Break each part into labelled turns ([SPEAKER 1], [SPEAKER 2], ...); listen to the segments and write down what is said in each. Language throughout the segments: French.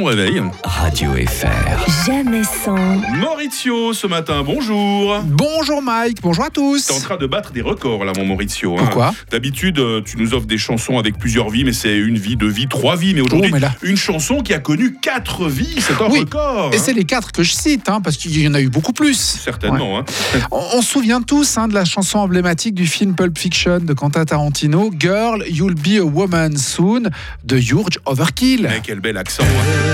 [SPEAKER 1] On réveille.
[SPEAKER 2] Radio FR.
[SPEAKER 3] Jamais sans,
[SPEAKER 1] Maurizio, ce matin, bonjour.
[SPEAKER 4] Bonjour Mike, bonjour à tous.
[SPEAKER 1] T'es en train de battre des records là, mon Maurizio. hein.
[SPEAKER 4] Pourquoi
[SPEAKER 1] D'habitude, euh, tu nous offres des chansons avec plusieurs vies, mais c'est une vie, deux vies, trois vies. Mais aujourd'hui,
[SPEAKER 4] Oh, mais là-
[SPEAKER 1] une chanson qui a connu quatre vies, c'est un
[SPEAKER 4] Oui.
[SPEAKER 1] record.
[SPEAKER 4] Et
[SPEAKER 1] hein.
[SPEAKER 4] c'est les quatre que je cite, hein, parce qu'il y en a eu beaucoup plus.
[SPEAKER 1] Certainement. hein.
[SPEAKER 4] On, on se souvient tous hein, de la chanson emblématique du film Pulp Fiction de Quentin Tarantino, Girl, You'll Be a Woman Soon, de George Overkill.
[SPEAKER 1] Mais quel bel accent. hein.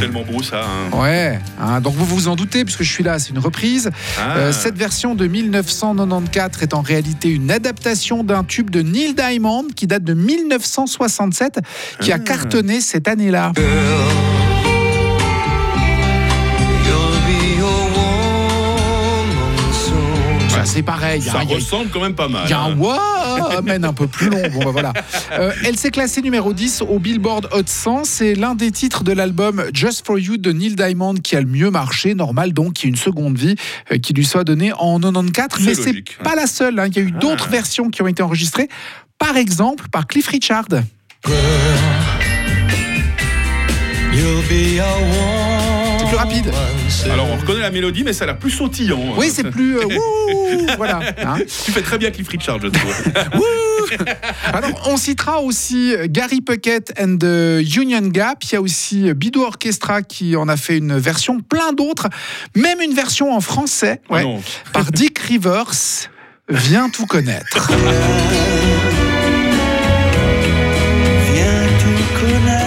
[SPEAKER 1] Tellement beau ça. hein.
[SPEAKER 4] Ouais, hein, donc vous vous en doutez, puisque je suis là, c'est une reprise.
[SPEAKER 1] Ah.
[SPEAKER 4] Euh, cette version de 1994 est en réalité une adaptation d'un tube de Neil Diamond qui date de 1967,
[SPEAKER 1] Ah.
[SPEAKER 4] qui a cartonné cette année-là.
[SPEAKER 1] Euh,
[SPEAKER 4] Ça, c'est pareil.
[SPEAKER 1] ça
[SPEAKER 4] hein, il y a-
[SPEAKER 1] ressemble quand même pas mal.
[SPEAKER 4] Il y a
[SPEAKER 1] hein.
[SPEAKER 4] un Woman un peu plus long. Bon, bah voilà. Euh, elle s'est classée numéro 10 au Billboard Hot 100. C'est l'un des titres de l'album Just for You de Neil Diamond qui a le mieux marché. Normal donc qu'il y ait une seconde vie euh, qui lui soit donnée en 94.
[SPEAKER 1] C'est
[SPEAKER 4] Mais c'est
[SPEAKER 1] logique, hein.
[SPEAKER 4] pas la seule. hein. Il y a eu d'autres versions qui ont été enregistrées. Par exemple, par Cliff Richard. C'est plus rapide.
[SPEAKER 1] Alors on reconnaît la mélodie, mais ça a l'air plus sautillant. hein.
[SPEAKER 4] Oui, c'est plus. euh, wouh, voilà. hein.
[SPEAKER 1] Tu fais très bien Cliff Richard, je trouve.
[SPEAKER 4] Alors, on citera aussi euh, Gary Puckett and the Union Gap. Il y a aussi Bidou Orchestra qui en a fait une version, plein d'autres, même une version en français
[SPEAKER 1] Ah
[SPEAKER 4] ouais,
[SPEAKER 1] non.
[SPEAKER 4] par Dick Rivers. Viens tout
[SPEAKER 5] Viens
[SPEAKER 4] connaître.
[SPEAKER 5] tout connaître, viens.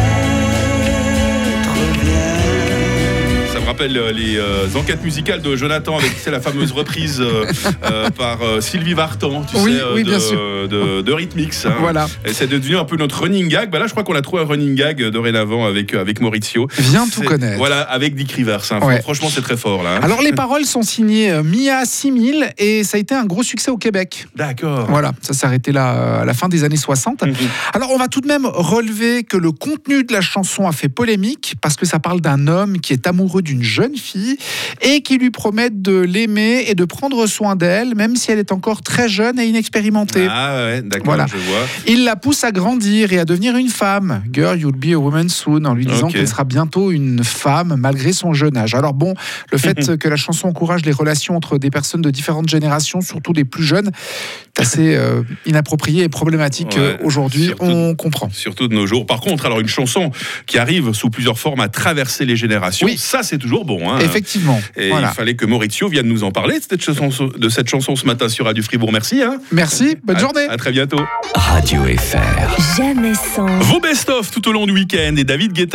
[SPEAKER 1] Ça me rappelle euh, les euh, enquêtes musicales de Jonathan avec tu sais, la fameuse reprise euh, euh, par euh, Sylvie Vartan, tu
[SPEAKER 4] Oui,
[SPEAKER 1] sais, euh,
[SPEAKER 4] oui,
[SPEAKER 1] de,
[SPEAKER 4] bien sûr.
[SPEAKER 1] de- de Rhythmix. hein.
[SPEAKER 4] Voilà.
[SPEAKER 1] Et c'est devenu un peu notre running gag. Bah là, je crois qu'on a trouvé un running gag euh, dorénavant avec, euh, avec Maurizio.
[SPEAKER 4] Viens tout
[SPEAKER 1] C'est-
[SPEAKER 4] connaître.
[SPEAKER 1] Voilà, avec Dick Rivers. hein.
[SPEAKER 4] Ouais.
[SPEAKER 1] Franchement, c'est très fort là. hein.
[SPEAKER 4] Alors, les paroles sont signées euh, Mia 6000 et ça a été un gros succès au Québec.
[SPEAKER 1] D'accord.
[SPEAKER 4] Voilà, ça s'est arrêté là euh, à la fin des années 60.
[SPEAKER 1] Mhm.
[SPEAKER 4] Alors, on va tout de même relever que le contenu de la chanson a fait polémique parce que ça parle d'un homme qui est amoureux d'une jeune fille et qui lui promet de l'aimer et de prendre soin d'elle, même si elle est encore très jeune et inexpérimentée.
[SPEAKER 1] Ah ouais, d'accord,
[SPEAKER 4] Voilà.
[SPEAKER 1] je vois.
[SPEAKER 4] Il la pousse à grandir et à devenir une femme. Girl, you'll be a woman soon, en lui disant
[SPEAKER 1] Ok.
[SPEAKER 4] qu'elle sera bientôt une femme malgré son jeune âge. Alors bon, le fait que la chanson encourage les relations entre des personnes de différentes générations, surtout les plus jeunes, c'est assez euh, inapproprié et problématique euh,
[SPEAKER 1] Ouais,
[SPEAKER 4] aujourd'hui.
[SPEAKER 1] surtout-
[SPEAKER 4] On comprend.
[SPEAKER 1] Surtout de nos jours. Par contre, alors une chanson qui arrive sous plusieurs formes à traverser les générations,
[SPEAKER 4] Oui.
[SPEAKER 1] ça c'est toujours bon. hein.
[SPEAKER 4] Effectivement.
[SPEAKER 1] Et
[SPEAKER 4] Voilà.
[SPEAKER 1] il fallait que Maurizio vienne nous en parler de cette chanson, de cette chanson ce matin sur Radio Fribourg. Merci. hein.
[SPEAKER 4] Merci. Bonne
[SPEAKER 1] À-
[SPEAKER 4] journée.
[SPEAKER 1] À très bientôt.
[SPEAKER 2] Radio FR.
[SPEAKER 3] jamais sans.
[SPEAKER 1] Vos best-of tout au long du week-end et David Guetta.